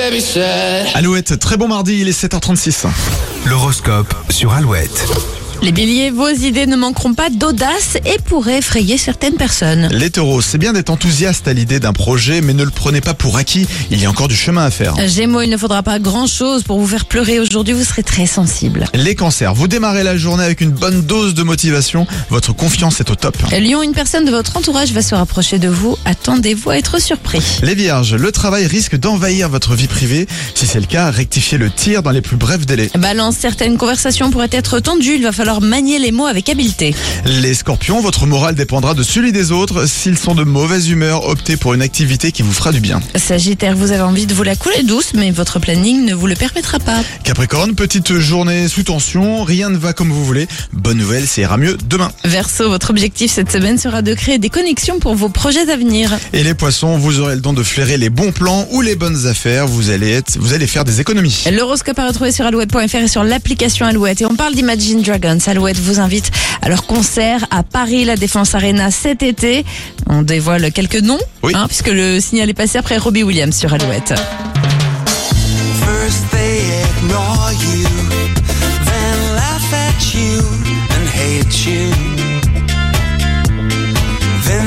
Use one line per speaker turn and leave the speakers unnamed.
baby said.
Alouette, très bon mardi, il est 7h36.
L'horoscope sur Alouette.
Les béliers, vos idées ne manqueront pas d'audace et pourraient effrayer certaines personnes.
Les taureaux, c'est bien d'être enthousiaste à l'idée d'un projet, mais ne le prenez pas pour acquis, il y a encore du chemin à faire.
Gémeaux, il ne faudra pas grand-chose pour vous faire pleurer aujourd'hui, vous serez très sensible.
Les cancers, vous démarrez la journée avec une bonne dose de motivation, votre confiance est au top.
Lion, une personne de votre entourage va se rapprocher de vous, attendez-vous à être surpris.
Les vierges, le travail risque d'envahir votre vie privée, si c'est le cas, rectifiez le tir dans les plus brefs délais.
Balance, certaines conversations pourraient être tendues, il va falloir manier les mots avec habileté.
Les scorpions, votre morale dépendra de celui des autres, s'ils sont de mauvaise humeur, optez pour une activité qui vous fera du bien.
Sagittaire, vous avez envie de vous la couler douce, mais votre planning ne vous le permettra pas.
Capricorne, petite journée sous tension, rien ne va comme vous voulez, bonne nouvelle, ça ira mieux demain.
Verseau, votre objectif cette semaine sera de créer des connexions pour vos projets à venir.
Et les poissons, vous aurez le don de flairer les bons plans ou les bonnes affaires. Vous allez être, vous allez faire des économies.
L'horoscope à retrouver sur alouette.fr et sur l'application Alouette. Et on parle d'Imagine Dragons. Alouette vous invite à leur concert à Paris, la Défense Arena cet été. On dévoile quelques noms,
Oui.
hein, puisque le signal est passé après Robbie Williams sur Alouette.